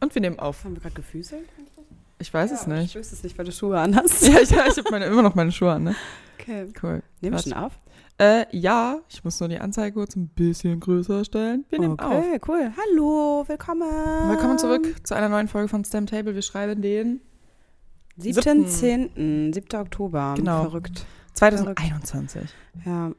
Und wir nehmen auf. Haben wir gerade gefüßelt? eigentlich? Ich weiß es aber nicht. Du spürst es nicht, weil du Schuhe an hast. Ja, ich, ja, ich habe meine, immer noch meine Schuhe an, ne? Okay. Cool. Nehmen wir Warte. schon auf? Äh, ja, ich muss nur die Anzeige kurz ein bisschen größer stellen. Wir nehmen auf. okay, cool. Hallo, willkommen. Willkommen zurück zu einer neuen Folge von Stem Table. Wir schreiben den 7.10., 7. Oktober. Genau. Verrückt. 2021. Ja. Es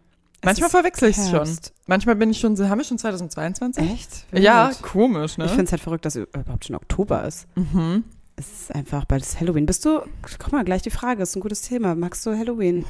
Manchmal ist verwechsel ich es schon. Herbst. Manchmal bin ich schon, haben wir schon 2022? Echt? Ja, Wild. komisch, ne? Ich finde es halt verrückt, dass überhaupt schon Oktober ist. mhm. Es ist einfach bald ist Halloween. Bist du, guck mal, gleich die Frage, ist ein gutes Thema. Magst du Halloween?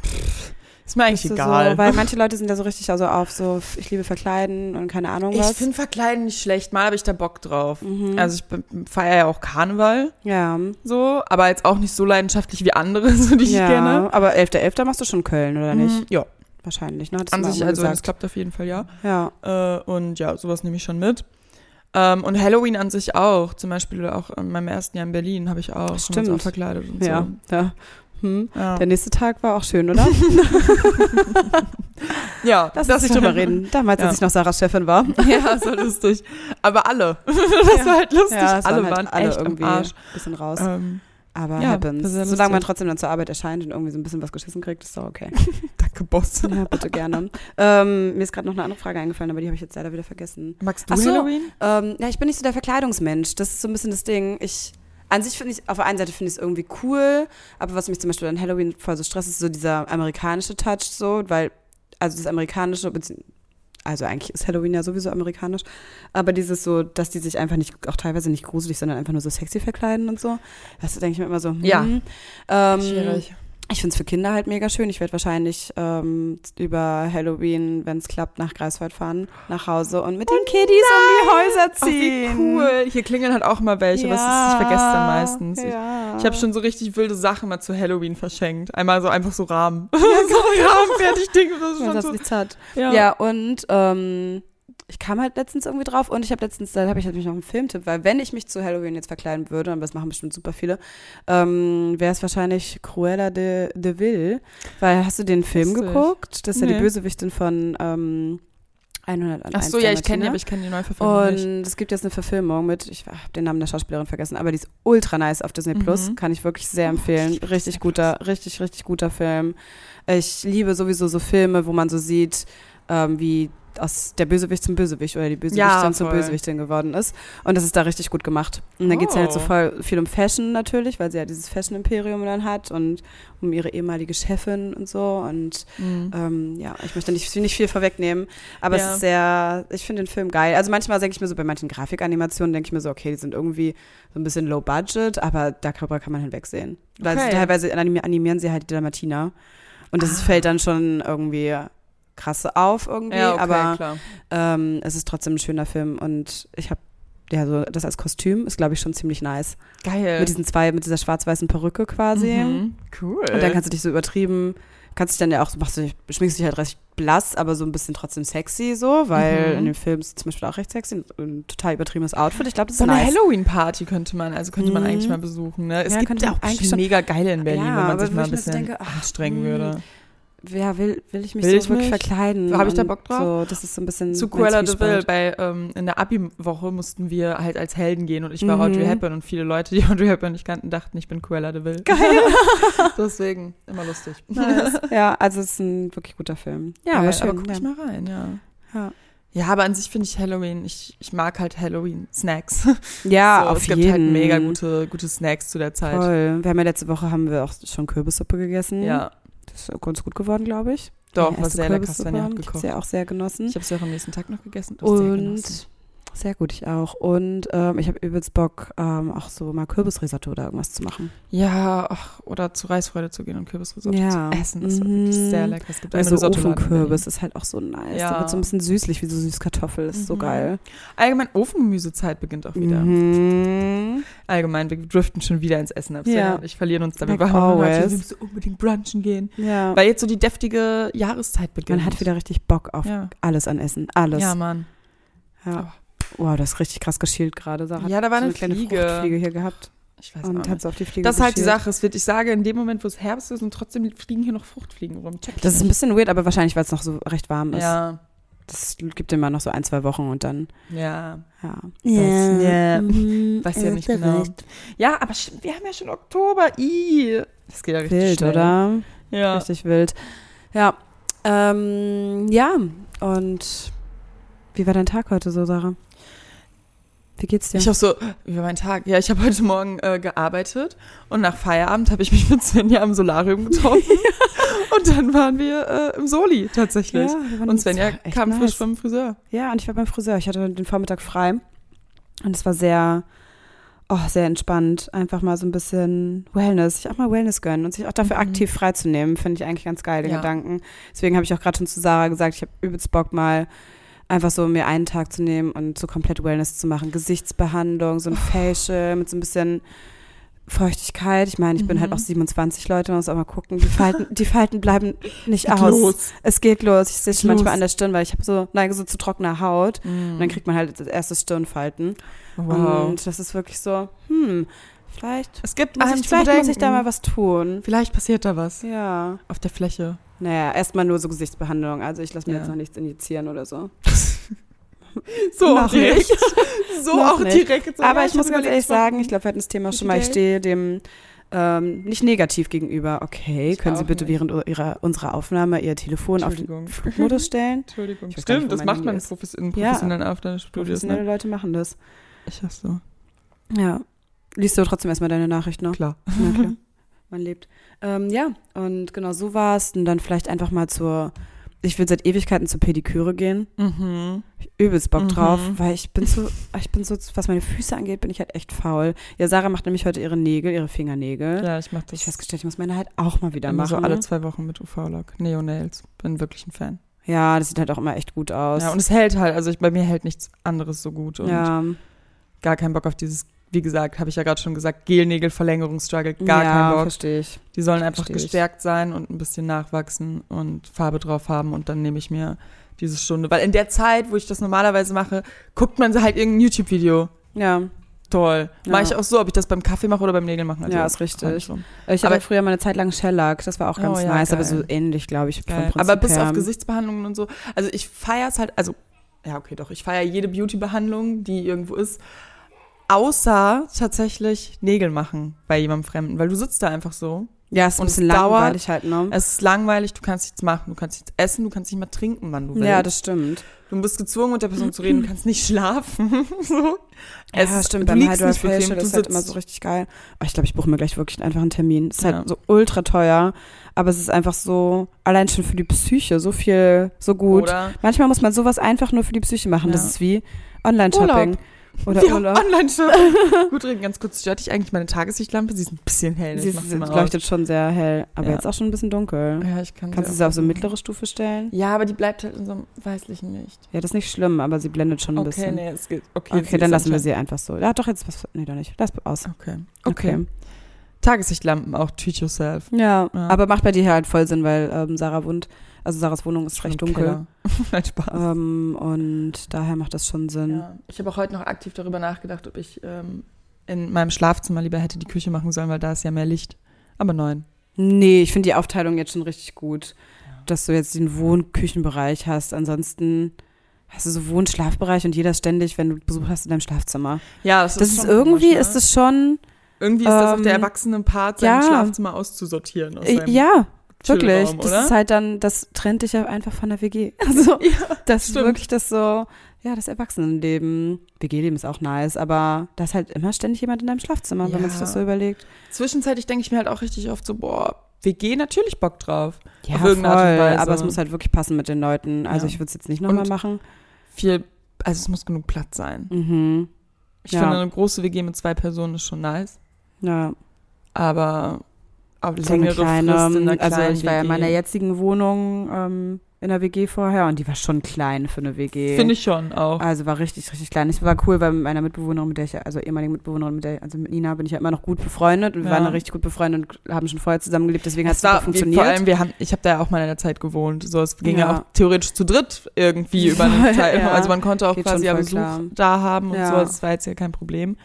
Ist mir eigentlich Bist du egal. So, weil manche Leute sind ja so richtig also auf so, f- ich liebe Verkleiden und keine Ahnung ich was. Mhm. finde Verkleiden nicht schlecht, mal habe ich da Bock drauf. Also ich feiere ja auch Karneval ja, so, aber jetzt auch nicht so leidenschaftlich wie andere, so die ich ja. kenne. Aber 11.11. machst du schon Köln, oder nicht? Mhm, Ja, Wahrscheinlich, ne? Hattest du an mal sich, irgendwann also das gesagt. klappt auf jeden Fall, ja. Ja, Äh, und ja, sowas nehme ich schon mit. Ähm, und Halloween an sich auch. Zum Beispiel auch in meinem ersten Jahr in Berlin habe ich auch schon Stimmt. so verkleidet und ja, so. ja. Hm. Ja, Der nächste Tag war auch schön, oder? ja Lass uns nicht drüber reden. Damals, Ja. als ich noch Sarahs Chefin war. ja, so lustig. Aber alle. Das war halt lustig. Ja, es alle halt waren echt irgendwie am Arsch. ein bisschen raus. Ähm, Aber ja, happens. das ist ja Solange man lustig. trotzdem dann zur Arbeit erscheint und irgendwie so ein bisschen was geschissen kriegt, ist doch okay. danke, Boss. Ja, bitte gerne. ähm, mir ist gerade noch eine andere Frage eingefallen, aber die habe ich jetzt leider wieder vergessen. Magst du Ach so. Halloween? Ähm, ja, ich bin nicht so der Verkleidungsmensch. Das ist so ein bisschen das Ding. Ich, an sich finde ich, auf der einen Seite finde ich es irgendwie cool, aber was mich zum Beispiel an Halloween voll so stresst, ist so dieser amerikanische Touch, so, weil, also das amerikanische, bezieh- also eigentlich ist Halloween ja sowieso amerikanisch, aber dieses so, dass die sich einfach nicht, auch teilweise nicht gruselig, sondern einfach nur so sexy verkleiden und so. Das denke ich mir immer so, hm, Ja. Ähm, ich finde es für Kinder halt mega schön. Ich werde wahrscheinlich ähm, über Halloween, wenn es klappt, nach Greifswald fahren, nach Hause und mit den Kiddies Oh Ach, um die wie Häuser ziehen. cool. Hier klingeln halt auch mal welche, aber es ist, ich vergesse dann meistens. Ich- Ja. Ich habe schon so richtig wilde Sachen mal zu Halloween verschenkt. Einmal so einfach so Rahmen. so Rahmen fertig Ding. Das ist ja, schon das so, nichts hat. Ja, und ähm, ich kam halt letztens irgendwie drauf und ich habe letztens, da habe ich natürlich noch einen Filmtipp, weil wenn ich mich zu Halloween jetzt verkleiden würde, aber das machen bestimmt super viele, ähm, wäre es wahrscheinlich Cruella de, de Vil. Weil hast du den Film Lustig. geguckt? Das ist ja Nee. die Bösewichtin von ähm, 101 Ach so, ja, ich kenne die, Dalmatiner. aber ich kenne die Neuverfilmung nicht. Und es gibt jetzt eine Verfilmung mit, ich habe den Namen der Schauspielerin vergessen, aber die ist ultra nice auf Disney Plus. Mhm. Kann ich wirklich sehr Oh, empfehlen. ich liebe Disney richtig guter, richtig, richtig guter Film. Ich liebe sowieso so Filme, wo man so sieht, ähm, wie aus der Bösewicht zum Bösewicht oder die Bösewichtin Ja, zum voll. Bösewichtin geworden ist. Und das ist da richtig gut gemacht. Und da geht's ja halt so Oh. voll viel um Fashion natürlich, weil sie ja dieses Fashion-Imperium dann hat und um ihre ehemalige Chefin und so. Und Mhm. ähm, ja, ich möchte nicht, nicht viel vorwegnehmen, aber Ja. es ist sehr, ich finde den Film geil. Also manchmal denke ich mir so, bei manchen Grafikanimationen denke ich mir so, okay, die sind irgendwie so ein bisschen low budget, aber darüber kann man hinwegsehen. Weil Okay. sie, teilweise animi- animieren sie halt die Dalmatiner und das fällt dann schon irgendwie krass auf irgendwie, Ja, okay, aber klar. ähm, es ist trotzdem ein schöner Film und ich habe ja, so das als Kostüm ist, glaube ich, schon ziemlich nice. Geil. Mit diesen zwei, mit dieser schwarz-weißen Perücke quasi. Mhm. Cool. Und dann kannst du dich so übertrieben, kannst dich dann ja auch, so- machst du, dich- schminkst dich halt recht blass, aber so ein bisschen trotzdem sexy so, weil Mhm. in dem Film ist es zum Beispiel auch recht sexy, ein total übertriebenes Outfit. Ich glaube, das ist so eine nice. Halloween-Party könnte man, also könnte man Mhm. eigentlich mal besuchen. Ne? Es Ja, gibt könnte ja man auch eigentlich eigentlich schon- mega geile in Berlin, Ja, wenn man aber sich wo mal ich ein mir so bisschen denke, ach, mhm. anstrengen mh. würde. Ja, will, will ich mich Will so ich wirklich mich? verkleiden? Hab ich da und Bock drauf? So, das ist so ein bisschen Zu mein Cruella de Vil, Zwiespalt. bei, ähm, in der Abi-Woche mussten wir halt als Helden gehen und ich war Mhm. Audrey Hepburn und viele Leute, die Audrey Hepburn nicht kannten, dachten, ich bin Cruella de Vil. Geil. Deswegen, immer lustig. nice. Ja, also es ist ein wirklich guter Film. Ja, aber aber, schön. aber guck ja. ich mal rein, ja. Ja. Ja, aber an sich finde ich Halloween, ich, ich mag halt Halloween-Snacks. ja so, Ah, auf es jeden gibt halt mega gute, gute Snacks zu der Zeit. Toll. Wir haben ja letzte Woche haben wir auch schon Kürbissuppe gegessen. Ja, Das ist ganz gut geworden, glaube ich. doch, Meine was erste sehr lecker. Svenja hat Kürbissuppe. Ich habe gekocht. sie ja auch sehr genossen. Ich habe es ja auch am nächsten Tag noch gegessen. Du hast sehr Und genossen. sehr gut, ich auch. Und ähm, ich habe übelst Bock, ähm, auch so mal Kürbisrisotto oder irgendwas zu machen. ja, ach, oder zu Reisfreude zu gehen und Kürbisrisotto Ja. zu essen. Das war Mhm. wirklich sehr lecker. Es gibt einen Also Risottoladen in Ofenkürbis ist halt auch so nice. Ja. Da wird so ein bisschen süßlich, wie so Süßkartoffel. Ist so Mhm. geil. Berlin. Allgemein Ofengemüsezeit beginnt auch wieder. Mhm. Allgemein, wir driften schon wieder ins Essen ab. Ja. Ja. Ich verlieren uns da. Wir Like waren heute, always. wir müssen unbedingt brunchen gehen. Ja. Weil jetzt so die deftige Jahreszeit beginnt. Man hat wieder richtig Bock auf ja. alles an Essen. Alles. ja, Ja. Mann. Wow, das ist richtig krass geschielt gerade. Sarah hat Ja, da war so eine kleine Fliege. Fruchtfliege hier gehabt Ich weiß auch und nicht. hat so auf die Fliege Das ist halt die geschielt. Sache. Es wird, ich sage, in dem Moment, wo es Herbst ist und trotzdem fliegen hier noch Fruchtfliegen rum. Check ich Das ist ein nicht. bisschen weird, aber wahrscheinlich, weil es noch so recht warm ist. Ja. das gibt dem mal noch so ein, zwei Wochen und dann, Ja. ja. Das- ja. Mhm. Weiß ja Er nicht hat genau. recht. Ja, aber stimmt, wir haben ja schon Oktober. I. Das geht ja richtig Wild, schnell. oder? Ja. Richtig wild. Ja. Ähm, ja, und wie war dein Tag heute so, Sarah? Wie geht's dir? Ich habe so, wie war mein Tag? Ja, ich habe heute Morgen äh, gearbeitet und nach Feierabend habe ich mich mit Svenja im Solarium getroffen. Und dann waren wir äh, im Soli tatsächlich. wir waren- und Svenja das war echt kam frisch nice. vom Friseur. Ja, und ich war beim Friseur. Ich hatte den Vormittag frei. Und es war sehr, oh, sehr entspannt. Einfach mal so ein bisschen Wellness. Ich auch mal Wellness gönnen und sich auch dafür Mhm. aktiv freizunehmen, finde ich eigentlich ganz geil, den Ja. Gedanken. Deswegen habe ich auch gerade schon zu Sarah gesagt, ich habe übelst Bock mal einfach so mir einen Tag zu nehmen und so komplett Wellness zu machen. Gesichtsbehandlung, so ein Oh. Facial mit so ein bisschen Feuchtigkeit. Ich meine, ich bin Mhm. halt auch 27 Leute, man muss auch mal gucken. Die Falten, die Falten bleiben nicht aus. Los. Es geht los. Ich sehe schon Los. manchmal an der Stirn, weil ich habe so, nein, so zu trockener Haut. Und dann Mhm. kriegt man halt das erste Stirnfalten. Wow. Und das ist wirklich so, hm, vielleicht es gibt muss einem zu ich, vielleicht muss ich da bedenken. mal was tun. Vielleicht passiert da was Ja. auf der Fläche. Naja, erstmal nur so Gesichtsbehandlung. Also ich lasse mir Ja. jetzt noch nichts injizieren oder so. So Noch auch direkt. So Noch auch nicht. direkt. So, Aber ja, ich muss hab überlegt, ganz ehrlich was- sagen, ich glaube, wir hatten das Thema schon mal. Ich Idee. stehe dem ähm, nicht negativ gegenüber. Okay, Ich können Sie auch bitte nicht. während u- ihrer, unserer Aufnahme Ihr Telefon auf den Entschuldigung. Flugmodus stellen? Entschuldigung. Ich weiß gar nicht, Stimmt, wo das mein macht Handy man in ist. Profis- in Ja. professionellen After-Studios. Professionelle Ne? Leute machen das. Ich hasse so. Ja. Liest du trotzdem erstmal deine Nachricht noch? Klar. Na klar. Man lebt. Ähm, ja, und genau so war es. Und dann vielleicht einfach mal zur, ich will seit Ewigkeiten zur Pediküre gehen. Mhm. Übelst Bock Mhm. drauf, weil ich bin so, ich bin so, was meine Füße angeht, bin ich halt echt faul. Ja, Sarah macht nämlich heute ihre Nägel, ihre Fingernägel. Ja, ich mach das. Ich festgestellt, ich muss meine halt auch mal wieder Immer machen. ne? so alle zwei Wochen mit UV-Lack. Neonails. Bin wirklich ein Fan. ja, das sieht halt auch immer echt gut aus. Ja, und es hält halt. Also ich, bei mir hält nichts anderes so gut. Und ja, gar keinen Bock auf dieses, wie gesagt, habe ich ja gerade schon gesagt, Gelnägel-Verlängerungsstruggle. Gar ja, keinen Bock. verstehe ich. Die sollen einfach versteh ich. gestärkt sein und ein bisschen nachwachsen und Farbe drauf haben. Und dann nehme ich mir diese Stunde. Weil in der Zeit, wo ich das normalerweise mache, guckt man halt irgendein YouTube-Video. Ja, Toll. Ja. Mache ich auch so, ob ich das beim Kaffee mache oder beim Nägel machen. Ja, ist richtig. kein Schlimm. ich hatte Also Aber- früher mal eine Zeit lang Shellac, das war auch Oh, ganz ja, nice, aber geil. so ähnlich, glaube ich, vom Geil. Prinzip Aber bis her. auf Gesichtsbehandlungen und so. Also ich feiere es halt, also, ja, okay, doch, ich feiere jede Beauty-Behandlung, die irgendwo ist. Außer tatsächlich Nägel machen bei jemandem Fremden, weil du sitzt da einfach so. Ja, es ist ein und bisschen es dauert. langweilig halt, ne? Es ist langweilig, du kannst nichts machen, du kannst nichts essen, du kannst nicht mal trinken, wann du willst. Ja, das stimmt. du bist gezwungen, mit der Person zu reden, du kannst nicht schlafen. so. Es ja, ist- stimmt, du beim liegst Hydra nicht Facial, bequem, das du ist halt sitzt. immer so richtig geil. Aber ich glaube, ich buche mir gleich wirklich einfach einen Termin. Ist halt Ja. so ultra teuer, aber es ist einfach so, allein schon für die Psyche, so viel, so gut. Oder Manchmal muss man sowas einfach nur für die Psyche machen. Das Ja. ist wie Online-Shopping. Oder ja, Urlaub. Online-Shopping. Gut, Regen, ganz kurz, stört dich eigentlich meine Tageslichtlampe? Sie ist ein bisschen hell. Sie ich mach ist, sie mal aus. leuchtet schon sehr hell, aber Ja. jetzt auch schon ein bisschen dunkel. Ja, ich kann Kannst du auch sie auf so machen. mittlere Stufe stellen? Ja, aber die bleibt halt in so einem weißlichen Licht. Ja, das ist nicht schlimm, aber sie blendet schon ein bisschen. nee, es geht. Okay, sie dann ist lassen wir anscheinend- sie einfach so. Ja, doch, jetzt was. Nee, doch nicht. Lass aus. Okay. okay. Tageslichtlampen auch, treat yourself. Ja, Ja. aber macht bei dir halt voll Sinn, weil ähm, Sarah wohnt, also Sarahs Wohnung ist recht Im dunkel. Keller. Nein, Spaß. Ähm, und daher macht das schon Sinn. Ja. Ich habe auch heute noch aktiv darüber nachgedacht, ob ich ähm, in meinem Schlafzimmer lieber hätte die Küche machen sollen, weil da ist ja mehr Licht. Aber nein. Nee, ich finde die Aufteilung jetzt schon richtig gut, dass du jetzt den Wohn-Küchenbereich hast. Ansonsten hast du so Wohn-Schlafbereich und jeder ständig, wenn du Besuch hast, in deinem Schlafzimmer. Ja, Das ist irgendwie, ist es schon, ne? Irgendwie ist das auch ähm, der erwachsene Part, sein ja. Schlafzimmer auszusortieren. Aus seinem äh, ja, wirklich. Chillraum, das oder? ist halt dann, das trennt dich ja einfach von der WG. Also, das ist stimmt. wirklich das so, ja, das Erwachsenenleben. WG-Leben ist auch nice, aber da ist halt immer ständig jemand in deinem Schlafzimmer, wenn man sich Ja. das so überlegt. Zwischenzeitlich denke ich mir halt auch richtig oft so, boah, WG natürlich Bock drauf. Ja, Auf irgendeine Art und voll, Weise. aber es muss halt wirklich passen mit den Leuten. Also, Ja. ich würde es jetzt nicht nochmal Und- machen. Viel, also es muss genug Platz sein. Mhm. Ich Ja. finde, eine große WG mit zwei Personen ist schon nice. Ja, aber auf so eine längere kleine, Frist in einer kleinen also ich war ja in WG. meiner jetzigen Wohnung ähm, in der WG vorher und die war schon klein für eine WG. Finde ich schon auch. Also war richtig, richtig klein. Es war cool, weil mit meiner Mitbewohnerin, mit der ich, ja- also ehemaligen Mitbewohnerin, mit der, also mit Nina bin ich ja immer noch gut befreundet und wir Ja. waren richtig gut befreundet und haben schon vorher zusammengelebt, deswegen hat es Es super war, wir, funktioniert. vor allem, wir haben, ich habe da ja auch mal in der Zeit gewohnt. So, es ging ja, Ja. auch theoretisch zu dritt irgendwie über Voll, eine Zeit. ja. Also man konnte auch Geht quasi schon ja voll Besuch klar. da haben und Ja. so. Also es war jetzt ja kein Problem.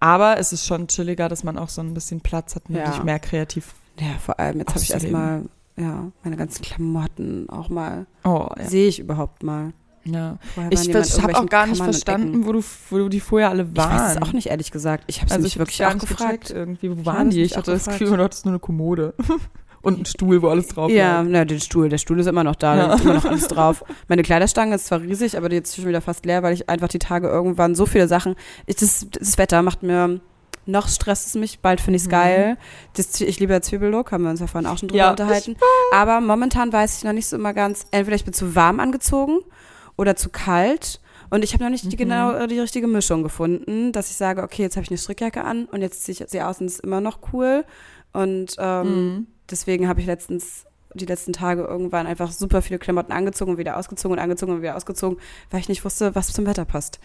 Aber es ist schon chilliger, dass man auch so ein bisschen Platz hat und Ja. wirklich mehr kreativ. ja, vor allem, jetzt habe ich Auszuleben. erstmal ja, meine ganzen Klamotten auch mal. Oh, ja. Sehe ich überhaupt mal. ja. Vorher waren Ich die immer in habe auch irgendwelchen gar nicht Kammern und Ecken. verstanden, wo, du, wo die vorher alle Ich waren. weiß es auch nicht, ehrlich gesagt. Ich habe es Also mich ich wirklich hab's auch gar nicht gecheckt gefragt. irgendwie, wo hab's waren die? mich Ich hatte auch das gefragt. Gefühl, du hattest nur eine Kommode. Und einen Stuhl, wo alles drauf Ja, lag. na, den Stuhl, der Stuhl ist immer noch da, da Ja. liegt immer noch alles drauf. Meine Kleiderstange ist zwar riesig, aber die ist schon wieder fast leer, weil ich einfach die Tage irgendwann so viele Sachen. Ich, das, das Wetter macht mir. Noch stresst es mich, bald finde ich es Mhm. geil. Das, Zwie- ich liebe ja Zwiebellook, haben wir uns ja vorhin auch schon drüber Ja, unterhalten. Aber momentan weiß ich noch nicht so immer ganz, entweder ich bin zu warm angezogen oder zu kalt. Und ich habe noch nicht die, Mhm. genau die richtige Mischung gefunden, dass ich sage, okay, jetzt habe ich eine Strickjacke an und jetzt ziehe ich sie aus und es ist immer noch cool. Und ähm, Mhm. deswegen habe ich letztens die letzten Tage irgendwann einfach super viele Klamotten angezogen und wieder ausgezogen und angezogen und wieder ausgezogen, weil ich nicht wusste, was zum Wetter passt.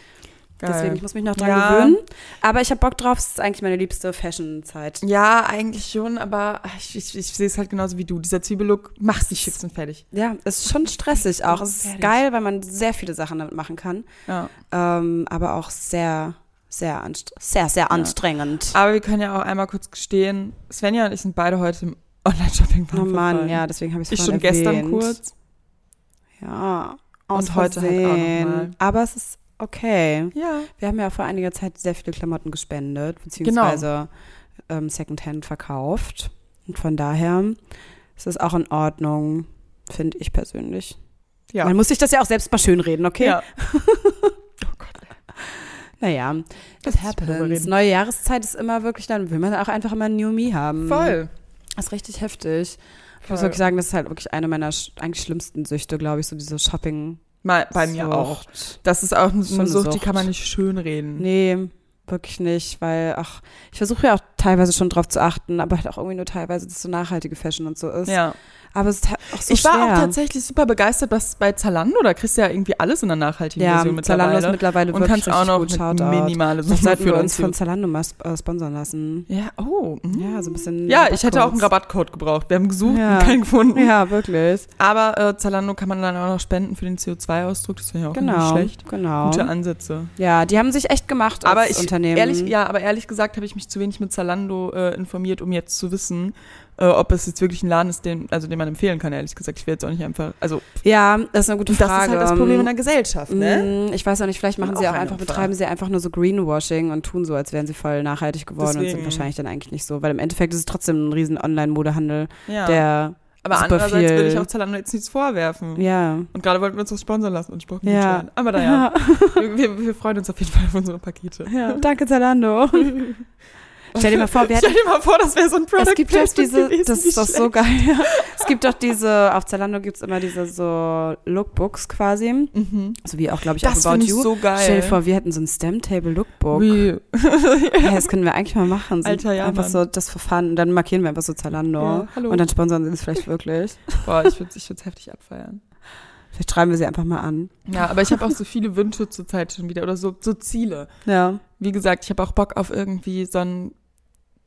Geil. Deswegen, ich muss mich noch dran Ja. gewöhnen. Aber ich habe Bock drauf, es ist eigentlich meine liebste Fashion-Zeit. Ja, eigentlich schon, aber ich, ich, ich sehe es halt genauso wie du. Dieser Zwiebellook macht sich fix und fertig. Ja, es ist schon stressig auch. Es ist Fertig. geil, weil man sehr viele Sachen damit machen kann. Ja. Ähm, aber auch sehr, sehr, anst sehr, sehr anstrengend. Aber wir können ja auch einmal kurz gestehen, Svenja und ich sind beide heute im Online-Shopping Oh Mann, ja, deswegen habe ich es Ich schon gestern kurz. Ja. aus Und heute halt auch noch Versehen. mal. Aber es ist okay. Ja. Wir haben ja vor einiger Zeit sehr viele Klamotten gespendet, Genau. beziehungsweise ähm, Secondhand verkauft. Und von daher ist es auch in Ordnung, finde ich persönlich. Ja. Man muss sich das ja auch selbst mal schönreden, okay? Ja. Naja, Das happens. Pins. Neue Jahreszeit ist immer wirklich, dann will man auch einfach immer ein New Me haben. Voll. Das ist richtig heftig. Ich Mhm. muss Voll. wirklich sagen, das ist halt wirklich eine meiner sch eigentlich schlimmsten Süchte, glaube ich, so diese Shopping. Mal, bei mir auch. Das ist auch eine Schon Sucht, eine Sucht, die Sucht. kann man nicht schönreden. Nee, wirklich nicht, weil, ach, ich versuche ja auch teilweise schon drauf zu achten, aber halt auch irgendwie nur teilweise, dass so nachhaltige Fashion und so ist. Ja. Aber es ist halt auch so ich war schwer. auch tatsächlich super begeistert, dass bei Zalando, da kriegst du ja irgendwie alles in der nachhaltigen ja, Version Zalando ist mittlerweile. mittlerweile und wirklich kannst auch richtig noch gut. mit Shoutout. minimale Das Summe sollten für wir uns uns. von Zalando mal sp- äh, sponsern lassen. Ja, oh. mm. Ja, so ein bisschen. Ja, ich hätte auch einen Rabattcodes. Rabattcode gebraucht. Wir haben gesucht Ja. und keinen gefunden. Ja, wirklich. Aber äh, Zalando kann man dann auch noch spenden für den CO2-Ausdruck. Das finde ich auch nicht Genau, schlecht. genau. Ähm. Gute Ansätze. Ja, die haben sich echt gemacht als Aber ich, Unternehmen. ehrlich, ja, aber ehrlich gesagt habe ich mich zu wenig mit Zalando äh, informiert, um jetzt zu wissen, äh, ob es jetzt wirklich ein Laden ist, den, also den man empfehlen kann, ehrlich gesagt. Ich will jetzt auch nicht einfach, also ja, das ist eine gute das ist Frage. ähm, halt das Problem in der Gesellschaft, ne? Mm, Ich weiß auch nicht, vielleicht machen Auch sie auch eine einfach, Frage. betreiben sie einfach nur so Greenwashing und tun so, als wären sie voll nachhaltig geworden und sind Deswegen. wahrscheinlich dann eigentlich nicht so, weil im Endeffekt ist es trotzdem ein riesen Online-Modehandel, Ja. mm, der, aber super andererseits viel- will ich auch Zalando jetzt nichts vorwerfen. ja. Und gerade wollten wir uns das sponsern lassen und ich brauche einen Ja. Gutschein. Aber naja, wir, wir, wir freuen uns auf jeden Fall auf unsere Pakete. ja. Danke, Zalando. Stell dir mal vor, wir hätten Stell dir mal vor, das wäre so ein Product Es gibt ja Placement diese, gewesen, das wie ist doch so schlecht. geil. Ja. Es gibt doch diese, auf Zalando gibt es immer diese so Lookbooks quasi, Mhm. so wie auch, glaube ich, Das auch About finde ich You. so geil. Stell dir vor, wir hätten so ein Stem-Table-Lookbook. Wie, Ja, das können wir eigentlich mal machen. So Alter, ja, Einfach Mann. so das Verfahren und dann markieren wir einfach so Zalando. Ja, hallo. genau. Und dann sponsern sie uns vielleicht wirklich. boah, ich würde es heftig abfeiern. Vielleicht schreiben wir sie einfach mal an. Ja, aber ich habe auch so viele Wünsche zurzeit schon wieder oder so, so Ziele. Ja. Wie gesagt, ich habe auch Bock auf irgendwie so ein,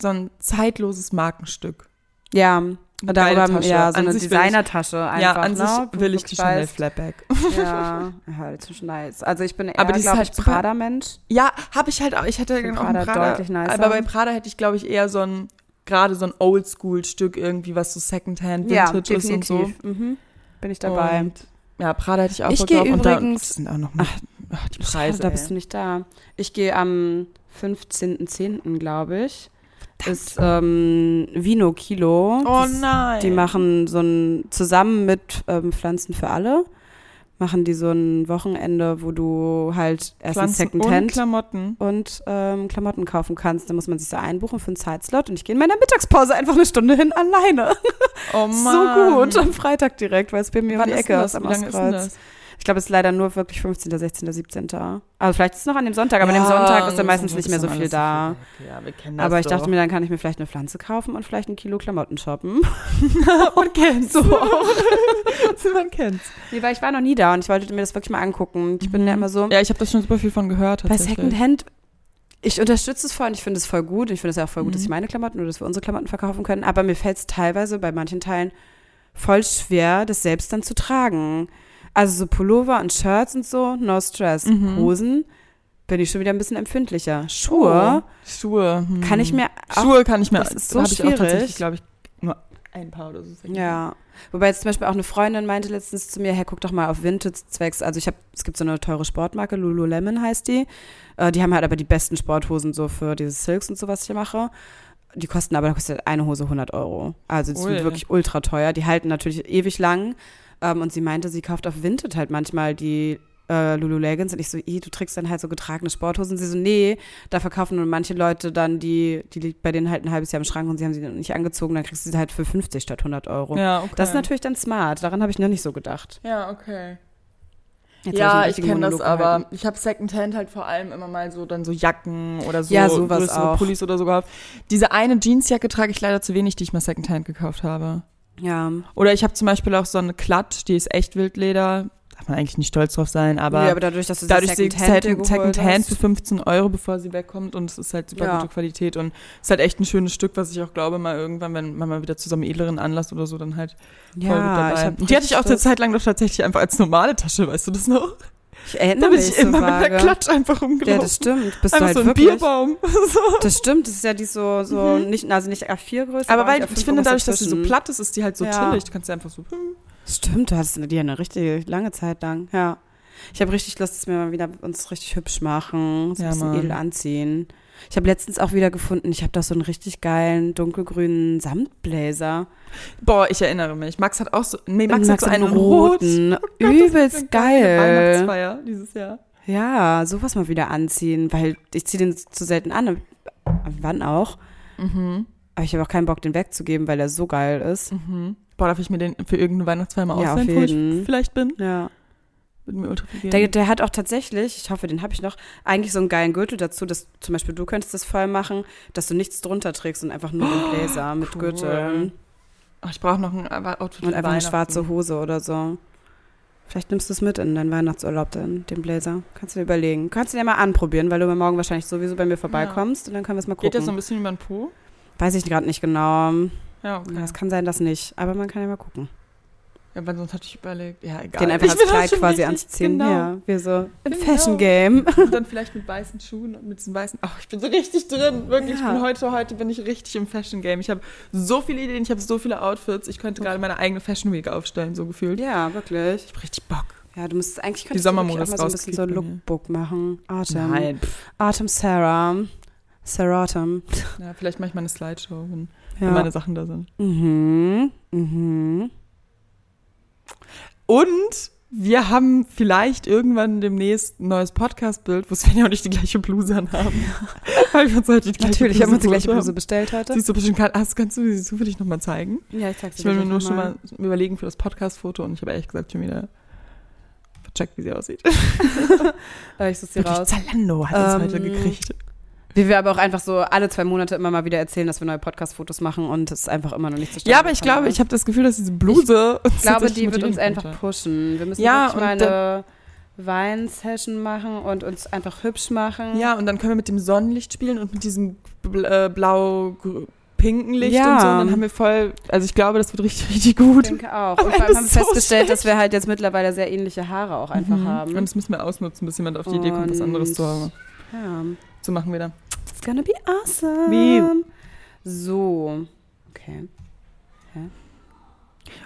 so ein zeitloses Markenstück. Ja. Und Eine darüber, geile Tasche. ja, so An eine sich will ich- Designertasche einfach. ja, an ne? sich will ich Wo die du Chanel weißt. Flatback. Ja, ja das ist schon nice. Also ich bin eher, Aber die ist glaub halt ich, super- Prada-Mensch. Ja, habe ich halt auch. Ich hätte Für gerne auch einen Prada Prada. deutlich nicer. aber bei Prada hätte ich, glaube ich, eher so ein, gerade so ein Oldschool-Stück irgendwie, was so Secondhand, Vintage ist und so. Mhm. Bin ich dabei. Und, ja, Prada hätte ich auch Ich Bock gehe drauf. Und da- übrigens- das sind auch noch mal, ach, die Preise. Schade, da bist du nicht da. Ich gehe am 15.10., glaube ich. Ist ähm, Vino Kilo. Oh Das- nein. Die machen so ein, zusammen mit ähm, Pflanzen für alle, machen die so ein Wochenende, wo du halt erst ein Pflanzen und Secondhand Klamotten. und ähm, Klamotten kaufen kannst. Da muss man sich so einbuchen für einen Zeitslot und ich gehe in meiner Mittagspause einfach eine Stunde hin alleine. Oh Mann. So gut, am Freitag direkt, weil es bei mir Wann um die ist Ecke denn das? am Wie lange ist denn Ostkreuz. das? Ich glaube, es ist leider nur wirklich 15., 16., 17. Also vielleicht ist es noch an dem Sonntag, aber an dem Ja, Sonntag ist dann am meistens Sonntag nicht ist mehr so dann viel alles da. weg. Ja, wir kennen das Aber ich doch. dachte mir, dann kann ich mir vielleicht eine Pflanze kaufen und vielleicht ein Kilo Klamotten shoppen. und kennst So auch. Man kennt's. Nee, weil ich war noch nie da und ich wollte mir das wirklich mal angucken. Ich bin ja immer so, Mhm. Ja, ich habe das schon super viel von gehört. bei tatsächlich. Secondhand, ich unterstütze es voll und ich finde es voll gut. Ich finde es ja auch voll gut, dass Mhm. ich meine Klamotten oder dass wir unsere Klamotten verkaufen können. Aber mir fällt es teilweise bei manchen Teilen voll schwer, das selbst dann zu tragen. Also so Pullover und Shirts und so, no stress. Mhm. Hosen bin ich schon wieder ein bisschen empfindlicher. Schuhe Schuhe. Hm. kann ich mir auch Schuhe kann ich mir. Das ist so hab ich auch schwierig. tatsächlich, glaube ich, nur ein Paar oder so. ist Ja. Wobei jetzt zum Beispiel auch eine Freundin meinte letztens zu mir, hey, guck doch mal auf Vintage-Zwecks. Also ich habe, es gibt so eine teure Sportmarke, Lululemon heißt die. Äh, die haben halt aber die besten Sporthosen so für diese Silks und so, was ich hier mache. Die kosten aber, da kostet eine Hose 100 Euro. Also die Ui. sind wirklich ultra teuer. Die halten natürlich ewig lang. Ähm, und sie meinte, sie kauft auf Vinted halt manchmal die äh, Lululegons. Und ich so, "Ih, du trägst dann halt so getragene Sporthosen. Und sie so, nee, da verkaufen nur manche Leute dann die, die liegt bei denen halt ein halbes Jahr im Schrank und sie haben sie nicht angezogen. Dann kriegst du sie halt für 50 statt 100 Euro. Ja, okay. Das ist natürlich dann smart. Daran habe ich noch nicht so gedacht. Ja, okay. Jetzt habe ja, einen ich richtigen kenne das Monolog aber. gehalten. Ich habe Secondhand halt vor allem immer mal so dann so Jacken oder so Ja, sowas größere auch. Pullis oder so gehabt. Diese eine Jeansjacke trage ich leider zu wenig, die ich mal Secondhand gekauft habe. Ja, Oder ich habe zum Beispiel auch so eine Klatt, die ist echt Wildleder. Darf man eigentlich nicht stolz drauf sein, aber, nee, aber dadurch, dass du dadurch sie sie Secondhand dir Second, geholt Secondhand für hast. 15 Euro, bevor sie wegkommt und es ist halt super Ja. gute Qualität und es ist halt echt ein schönes Stück, was ich auch glaube, mal irgendwann, wenn man mal wieder zu so einem edleren Anlass oder so, dann halt voll ja, gut ich dabei. hab und die hatte ich auch eine richtig- Zeit lang doch tatsächlich einfach als normale Tasche, weißt du das noch? Ich erinnere Da bin mich ich so immer mit vage. einer Klatsch einfach Ja, rumgelaufen. das stimmt. Bist einfach du halt so ein wirklich. Bierbaum. so. Das stimmt, das ist ja die so, so nicht, also nicht Mhm. A4-Größe. Aber weil ich finde, dadurch, dass sie so platt ist, ist die halt so Ja. chillig. Du kannst sie einfach so. Hm. Stimmt, du hattest die ja eine richtig lange Zeit lang. Ja. Ich habe richtig Lust, dass wir mal wieder uns richtig hübsch machen, so Ja, ein bisschen Mann. edel anziehen. Ich habe letztens auch wieder gefunden, ich habe da so einen richtig geilen dunkelgrünen Samtblazer. Boah, ich erinnere mich. Max hat auch so. Nee, Max, Und hat so einen rot. roten. Das Übelst ist eine geile geil. Weihnachtsfeier dieses Jahr. Ja, sowas mal wieder anziehen, weil ich ziehe den zu selten an. Wann auch? Aber ich habe auch keinen Bock, den wegzugeben, weil er so geil ist. Mhm. Boah, darf ich mir den für irgendeine Weihnachtsfeier mal Ja, auf ausleihen, wo ich jeden. vielleicht bin? Ja. Würde mir ultra viel geben. Der, der hat auch tatsächlich, ich hoffe, den habe ich noch, eigentlich so einen geilen Gürtel dazu, dass zum Beispiel du könntest das voll machen, dass du nichts drunter trägst und einfach nur den Bläser mit Oh, cool. Gürtel Ach, ich brauche noch ein Outfit und für einfach eine Weihnachten. schwarze Hose oder so. Vielleicht nimmst du es mit in deinen Weihnachtsurlaub, dann, den Bläser. Kannst du dir überlegen. Kannst du dir mal anprobieren, weil du morgen wahrscheinlich sowieso bei mir vorbeikommst und dann können wir es mal Geht das so ein gucken. bisschen über den Po? Weiß ich gerade nicht genau. Ja, okay. Ja, es kann sein, dass nicht, aber man kann ja mal gucken. Ja, weil sonst hatte ich überlegt. Ja, egal. Den einfach ich als bin auch Kleid schon quasi richtig- anziehen. Genau. Ja, wir so im Genau. Fashion Game. Und dann vielleicht mit weißen Schuhen und mit diesen weißen. Ach, ich bin so richtig drin. Wirklich, ich Ja. bin heute, heute bin ich richtig im Fashion Game. Ich habe so viele Ideen, ich habe so viele Outfits. Ich könnte gerade meine eigene Fashion Week aufstellen, so gefühlt. Ja, wirklich. Ich habe richtig Bock. Ja, du müsstest eigentlich Die könntest du wirklich Sommermode auch mal ist so ein bisschen so ein rausgekriegt bei mir. Lookbook machen. Autumn. Nein. Pff, Autumn Sarah. Seratum. ja, vielleicht mache ich mal eine Slideshow, wenn, wenn Ja. meine Sachen da sind. Mhm. Mhm. Und wir haben vielleicht irgendwann demnächst ein neues Podcast-Bild, wo Svenja und ich die gleiche Bluse anhaben. Weil wir uns heute die gleiche Natürlich Bluse haben wir uns die gleiche geholt Bluse bestellt heute. Siehst du bestimmt gerade, hast- kannst du sie zufällig nochmal zeigen? Ja, ich sag's Ich will mir nur schon mal überlegen für das Podcast-Foto und ich habe ehrlich gesagt schon wieder vercheckt, wie sie aussieht. Da ich such's dir Wirklich raus. Zalando hat uns Ähm, heute gekriegt. Wie wir aber auch einfach so alle zwei Monate immer mal wieder erzählen, dass wir neue Podcast-Fotos machen und es ist einfach immer noch nicht zustande Ja, aber ich gekommen glaube, ist. ich habe das Gefühl, dass diese Bluse uns Ich glaube, tatsächlich die wird uns motivieren einfach könnte. pushen. Wir müssen Ja, wirklich mal und eine Wein-Session machen und uns einfach hübsch machen. Ja, und dann können wir mit dem Sonnenlicht spielen und mit diesem bl- äh, blau-pinken Licht Ja. und so. Und dann haben wir voll, also ich glaube, das wird richtig, richtig gut. Ich denke auch. Aber Und vor das allem haben wir ist so Mhm. festgestellt, dass wir halt jetzt mittlerweile sehr ähnliche Haare auch einfach Und haben. das müssen wir ausnutzen, bis jemand auf die Idee kommt, was Und- anderes zu, Ja. zu machen wieder. It's gonna be awesome. Wie? So. Okay.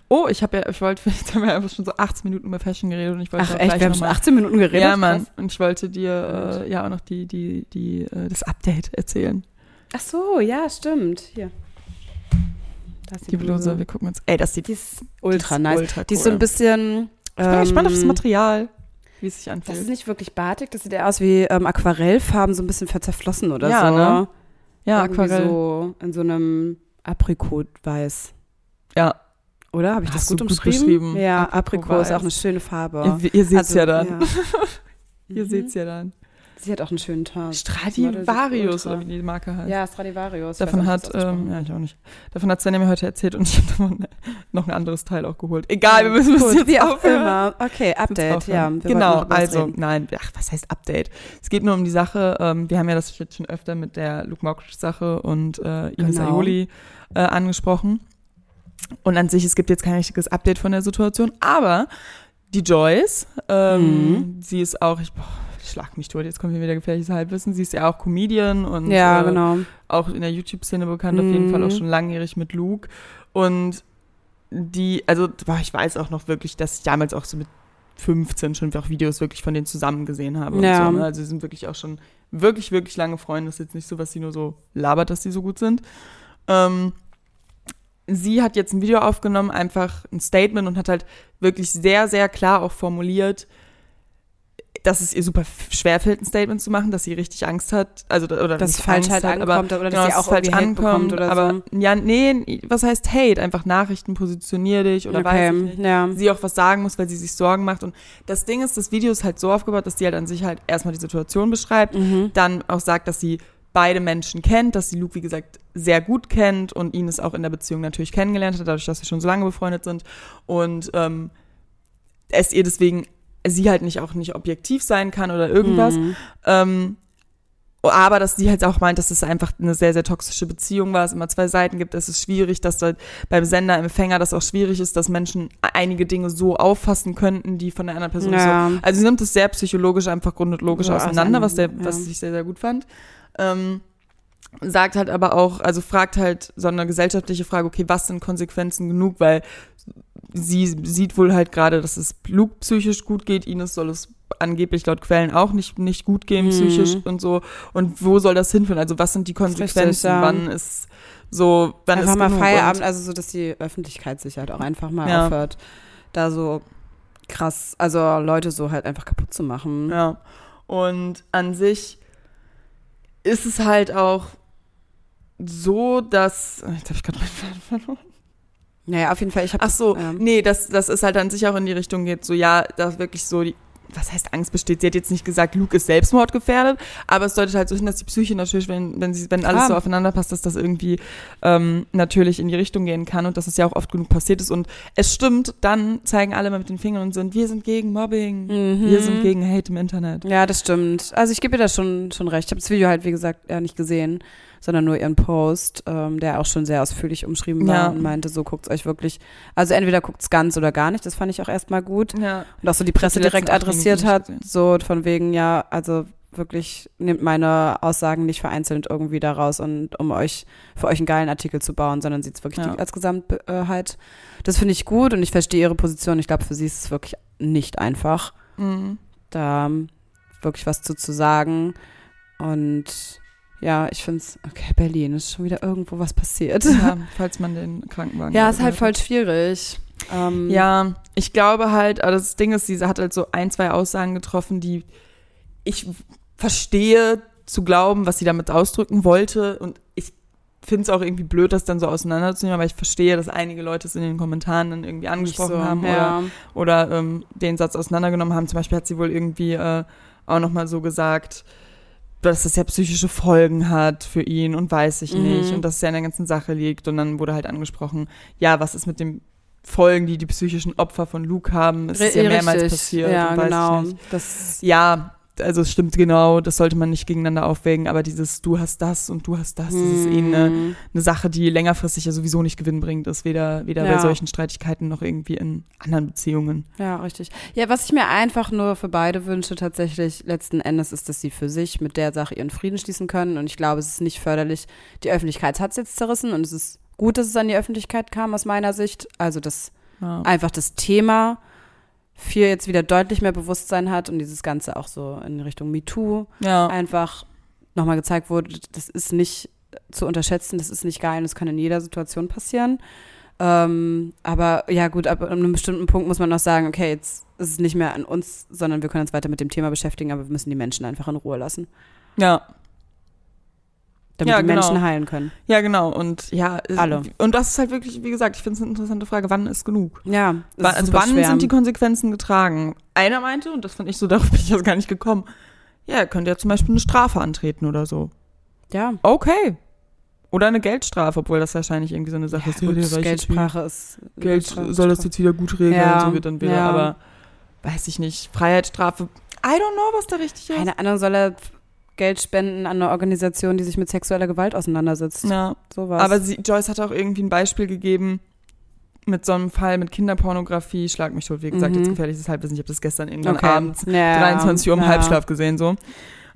Oh, ich habe ja, ich wollte, jetzt haben wir einfach schon so 18 Minuten über Fashion geredet und ich wollte Ach auch echt, gleich wir haben noch schon mal- 18 Minuten geredet. Ja, Mann. Krass. Und ich wollte dir äh, ja auch noch die, die, die, äh, das Update erzählen. Ach so, ja, stimmt. Hier. Da ist Die Bluse, wir gucken uns. Ey, das sieht Die ist ultra die ist nice. Ultra cool. Die ist so ein bisschen. Ich bin gespannt auf das ähm, Material, wie es sich Das ist anfühlt. nicht wirklich batik, das sieht eher aus wie ähm, Aquarellfarben, so ein bisschen verzerflossen oder Ja, so. ne? Ja, Irgendwie Aquarell. So in so einem Aprikotweiß. Ja. Oder? Habe ich das Hast du gut gut umschrieben? beschrieben. Ja, Aprikot Aprikot ist weiß. auch eine schöne Farbe. Ihr, ihr seht es Also, ja dann. Ihr Mhm. seht's ja dann. Sie hat auch einen schönen Tag. Stradivarius, Ultra. oder wie die Marke heißt. Ja, Stradivarius. Ich Davon weiß auch, hat, wie das ähm, ausgesprochen ja, ich auch nicht. Davon hat Svenja mir heute erzählt und ich habe davon noch ein anderes Teil auch geholt. Egal, wir müssen Gut, es wie jetzt auch aufhören. immer. Okay, Update, ja. aufhören. wir genau, wollten noch über das also, reden. nein, ach, was heißt Update? Es geht nur um die Sache, ähm, wir haben ja das jetzt schon öfter mit der Luke Mockridge-Sache und äh, Ines Genau. Aioli äh, angesprochen. Und an sich, es gibt jetzt kein richtiges Update von der Situation, aber die Joyce, ähm, Mhm. sie ist auch, ich boah, ich schlag mich tot, jetzt kommt hier wieder gefährliches Halbwissen, sie ist ja auch Comedian und Ja, äh, genau. auch in der YouTube-Szene bekannt, auf jeden Mhm. Fall auch schon langjährig mit Luke. Und die, also boah, ich weiß auch noch wirklich, dass ich damals auch so mit 15 schon auch Videos wirklich von denen zusammen gesehen habe. Ja. Und so, ne? Also sie sind wirklich auch schon wirklich, wirklich lange Freunde. Das ist jetzt nicht so, was sie nur so labert, dass sie so gut sind. Ähm, sie hat jetzt ein Video aufgenommen, einfach ein Statement und hat halt wirklich sehr, sehr klar auch formuliert, dass es ihr super f- schwerfällt, ein Statement zu machen, dass sie richtig Angst hat, also da- oder Dass nicht falsch Angst halt hat, aber ankommt oder genau, dass sie auch falsch irgendwie Hate bekommt ankommt oder aber ja nee, was heißt Hate? Einfach Nachrichten positionier dich so. oder weiß ich nicht ja. sie auch was sagen muss, weil sie sich Sorgen macht. Und das Ding ist, das Video ist halt so aufgebaut, dass sie halt an sich halt erstmal die Situation beschreibt, Mhm. dann auch sagt, dass sie beide Menschen kennt, dass sie Luke, wie gesagt, sehr gut kennt und ihn es auch in der Beziehung natürlich kennengelernt hat, dadurch, dass sie schon so lange befreundet sind. Und ähm, es ihr deswegen, sie halt nicht auch nicht objektiv sein kann oder irgendwas. Mhm. Ähm, aber dass sie halt auch meint, dass es einfach eine sehr, sehr toxische Beziehung war, es immer zwei Seiten gibt, es ist schwierig, dass halt beim Sender, Empfänger das auch schwierig ist, dass Menschen einige Dinge so auffassen könnten, die von der anderen Person so Ja. also sie nimmt es sehr psychologisch einfach grund und logisch Genau. Ja, auseinander, was, der, auseinander, was ja. ich sehr, sehr gut fand. Ähm, sagt halt aber auch, also fragt halt so eine gesellschaftliche Frage, okay, was sind Konsequenzen genug, weil sie sieht wohl halt gerade, dass es Luke psychisch gut geht, Ines soll es angeblich laut Quellen auch nicht, nicht gut gehen, Mhm. psychisch und so. Und wo soll das hinführen? Also was sind die Konsequenzen? ja. Wann ist so, wann einfach ist mal genug? Feierabend, also so, dass die Öffentlichkeit sich halt auch einfach mal Ja. aufhört, da so krass, also Leute so halt einfach kaputt zu machen. Ja. Und an sich ist es halt auch so, dass. oh, Jetzt habe ich gerade meinen Faden verloren. Naja, auf jeden Fall, ich habe Ach so, ja. nee, das, das ist halt an sich auch in die Richtung geht, so ja, dass wirklich so die. Was heißt Angst besteht? Sie hat jetzt nicht gesagt, Luke ist selbstmordgefährdet, aber es deutet halt so hin, dass die Psyche natürlich, wenn, wenn, sie, wenn alles Klar. so aufeinander passt, dass das irgendwie ähm, natürlich in die Richtung gehen kann und dass es ja auch oft genug passiert ist. Und es stimmt, dann zeigen alle mal mit den Fingern und sind, wir sind gegen Mobbing, Mhm. wir sind gegen Hate im Internet. Ja, das stimmt. Also ich gebe ihr da schon, schon recht. Ich habe das Video halt, wie gesagt, ja nicht gesehen, sondern nur ihren Post, ähm, der auch schon sehr ausführlich umschrieben war Ja. und meinte, so guckt's euch wirklich. Also entweder guckt's ganz oder gar nicht, das fand ich auch erstmal gut. Ja. Und auch so die Presse die letzten direkt Aufregung adressiert nicht hat, gesehen. so von wegen, ja, also wirklich nehmt meine Aussagen nicht vereinzelt irgendwie daraus und um euch für euch einen geilen Artikel zu bauen, sondern sieht es wirklich Ja. die, als Gesamtheit. Das finde ich gut und ich verstehe ihre Position. Ich glaube, für sie ist es wirklich nicht einfach Mhm. da ähm, wirklich was zu, zu sagen. Und ja, ich finde es, okay, Berlin ist schon wieder irgendwo was passiert. Ja, falls man den Krankenwagen. Ja, ist halt voll gehört schwierig. Ähm, hat. Ja, ich glaube halt, aber das Ding ist, sie hat halt so ein, zwei Aussagen getroffen, die ich verstehe zu glauben, was sie damit ausdrücken wollte. Und ich finde es auch irgendwie blöd, das dann so auseinanderzunehmen, aber ich verstehe, dass einige Leute es in den Kommentaren dann irgendwie nicht angesprochen so, haben oder ja. oder ähm, den Satz auseinandergenommen haben. Zum Beispiel hat sie wohl irgendwie äh, auch nochmal so gesagt, dass das ja psychische Folgen hat für ihn und weiß ich Mhm. nicht und dass es ja in der ganzen Sache liegt. Und dann wurde halt angesprochen, ja, was ist mit den Folgen, die die psychischen Opfer von Luke haben? Es ist ja mehrmals Richtig. passiert. Ja, und weiß genau. Ich nicht. Das, Ja, also es stimmt genau, das sollte man nicht gegeneinander aufwägen, aber dieses du hast das und du hast das, das ist eh eine, Hm. eine Sache, die längerfristig ja sowieso nicht gewinnbringend ist, weder, weder Ja. bei solchen Streitigkeiten noch irgendwie in anderen Beziehungen. Ja, richtig. Ja, was ich mir einfach nur für beide wünsche, tatsächlich letzten Endes ist, dass sie für sich mit der Sache ihren Frieden schließen können. Und ich glaube, es ist nicht förderlich. Die Öffentlichkeit hat es jetzt zerrissen und es ist gut, dass es an die Öffentlichkeit kam, aus meiner Sicht. Also, dass Ja. einfach das Thema viel jetzt wieder deutlich mehr Bewusstsein hat und dieses Ganze auch so in Richtung MeToo Ja, einfach nochmal gezeigt wurde, das ist nicht zu unterschätzen, das ist nicht geil und das kann in jeder Situation passieren. Ähm, aber ja gut, ab einem bestimmten Punkt muss man auch sagen, okay, jetzt ist es nicht mehr an uns, sondern wir können uns weiter mit dem Thema beschäftigen, aber wir müssen die Menschen einfach in Ruhe lassen, ja, damit Ja, die genau. Menschen heilen können. ja, genau. Und ja, äh, Alle. Und das ist halt wirklich, wie gesagt, ich finde es eine interessante Frage, wann ist genug? Ja, das Wa- ist also super wann schwer. sind die Konsequenzen getragen? Einer meinte, und das fand ich so, darauf bin ich jetzt gar nicht gekommen, ja, er könnte ja zum Beispiel eine Strafe antreten oder so. ja, Okay. Oder eine Geldstrafe, obwohl das wahrscheinlich irgendwie so eine Sache ist. gut, der reiche Geldsprache ist Typ. Geld soll das jetzt wieder gut regeln, Ja, so wird dann wieder, ja. aber weiß ich nicht. Freiheitsstrafe, I don't know, was da richtig ist. Keine Ahnung, soll er Geld spenden an eine Organisation, die sich mit sexueller Gewalt auseinandersetzt. Ja. Sowas. Aber sie, Joyce hat auch irgendwie ein Beispiel gegeben mit so einem Fall mit Kinderpornografie. Schlag mich tot, wie gesagt, Mhm. jetzt gefährlich ist Halbwissen. Ich habe das gestern irgendwann abends ja, 23 Uhr im ja. Halbschlaf gesehen, so.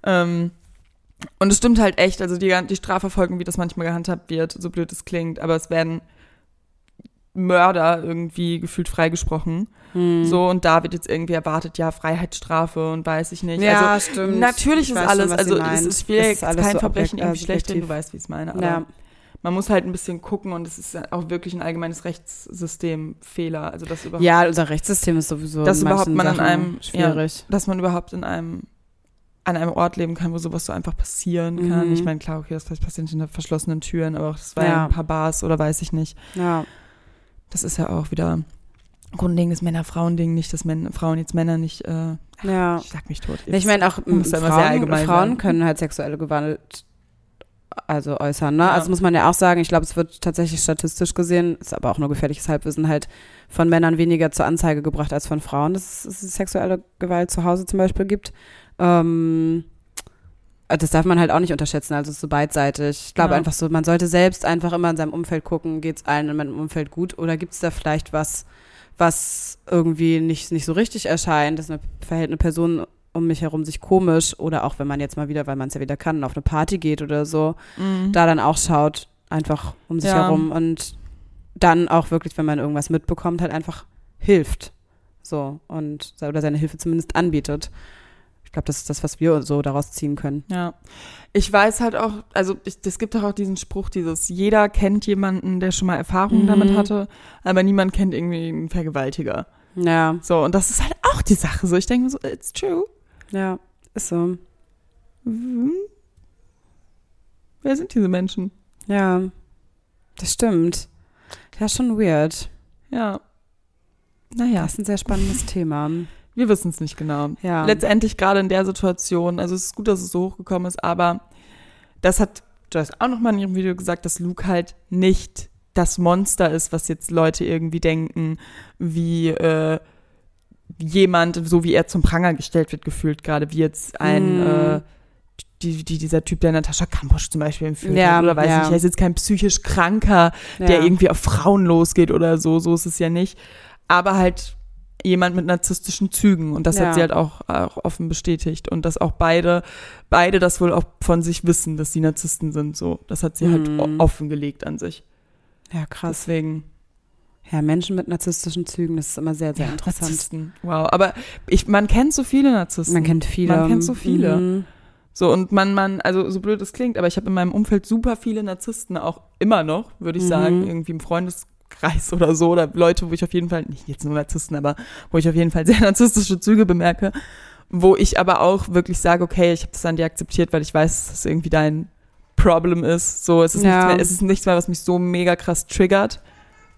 Ähm, Und es stimmt halt echt, also die, gan- die Strafverfolgung, wie das manchmal gehandhabt wird, so blöd es klingt, aber es werden Mörder irgendwie gefühlt freigesprochen. Mhm. Hm. So, und da wird jetzt irgendwie erwartet, ja, Freiheitsstrafe und weiß ich nicht. Ja, also, stimmt. Natürlich Ich ist weiß alles, schon, was also sie es meint. ist schwierig, Es ist alles kein so Verbrechen objekt- irgendwie äh, schlecht, denn du subjektiv. weißt, wie ich es meine. Aber Ja. man muss halt ein bisschen gucken und es ist auch wirklich ein allgemeines Rechtssystem Fehler. Also, dass überhaupt, ja, unser Rechtssystem ist sowieso Dass in überhaupt manchen man an Sachen einem- schwierig. dass man überhaupt in einem, an einem Ort leben kann, wo sowas so einfach passieren kann. Mhm. Ich meine, klar, okay, das passiert hinter verschlossenen Türen, aber auch das war Ja. ein paar Bars oder weiß ich nicht. Ja. Das ist ja auch wieder ein grundlegendes Männer-Frauen-Ding, nicht, dass Män Frauen jetzt Männer nicht, äh, ja. ja. ich sag mich tot. Nee, Ich meine, auch Man m, muss da immer sehr Frauen, allgemein Frauen sein. können halt sexuelle Gewalt also äußern. Ne? Ja. Also muss man ja auch sagen, ich glaube, es wird tatsächlich statistisch gesehen, ist aber auch nur gefährliches Halbwissen, halt von Männern weniger zur Anzeige gebracht als von Frauen, dass es sexuelle Gewalt zu Hause zum Beispiel gibt. Ähm, das darf man halt auch nicht unterschätzen, also es ist so beidseitig. Ich glaube Ja. einfach so, man sollte selbst einfach immer in seinem Umfeld gucken, geht es allen in meinem Umfeld gut oder gibt es da vielleicht was, was irgendwie nicht, nicht so richtig erscheint, dass eine, verhält eine Person um mich herum sich komisch oder auch wenn man jetzt mal wieder, weil man es ja wieder kann, auf eine Party geht oder so, Mhm. da dann auch schaut, einfach um sich Ja. herum und dann auch wirklich, wenn man irgendwas mitbekommt, halt einfach hilft. So und se- oder seine Hilfe zumindest anbietet. Ich glaube, das ist das, was wir so daraus ziehen können. Ja. Ich weiß halt auch, also ich, es gibt doch auch diesen Spruch, dieses, jeder kennt jemanden, der schon mal Erfahrungen Mhm. damit hatte, aber niemand kennt irgendwie einen Vergewaltiger. Ja, So, und das ist halt auch die Sache. So, ich denke mir so, it's true. ja, ist so. Hm. Wer sind diese Menschen? Ja, das stimmt. Ja, schon weird. Ja. Ja, Naja, ist ein sehr spannendes Thema. wir wissen es nicht genau. Ja. Letztendlich gerade in der Situation, also es ist gut, dass es so hochgekommen ist, aber das hat Joyce auch nochmal in ihrem Video gesagt, dass Luke halt nicht das Monster ist, was jetzt Leute irgendwie denken, wie äh, jemand, so wie er zum Pranger gestellt wird, gefühlt gerade, wie jetzt ein, Mhm. äh, die, die, dieser Typ, der Natascha Kampusch zum Beispiel entführt Ja, hat, oder weiß ja. nicht, er ist jetzt kein psychisch kranker ja. der irgendwie auf Frauen losgeht oder so, so ist es ja nicht. Aber halt jemand mit narzisstischen Zügen und das Ja. hat sie halt auch, auch offen bestätigt und dass auch beide, beide das wohl auch von sich wissen, dass sie Narzissten sind, so. Das hat sie halt Mhm. o- offengelegt an sich. ja, krass. Deswegen. Ja, Menschen mit narzisstischen Zügen, das ist immer sehr, sehr interessant. Narzissten. Wow. Aber ich, man kennt so viele Narzissten. Man kennt viele. Man kennt so viele. Mhm. So, und man, man, also so blöd es klingt, aber ich habe in meinem Umfeld super viele Narzissten, auch immer noch, würde ich Mhm. sagen, irgendwie im Freundeskreis oder so, oder Leute, wo ich auf jeden Fall, nicht jetzt nur Narzissten, aber wo ich auf jeden Fall sehr narzisstische Züge bemerke, wo ich aber auch wirklich sage, okay, ich habe das an dir akzeptiert, weil ich weiß, dass das irgendwie dein Problem ist. So, es ist, Ja. nichts, mehr, es ist nichts mehr, was mich so mega krass triggert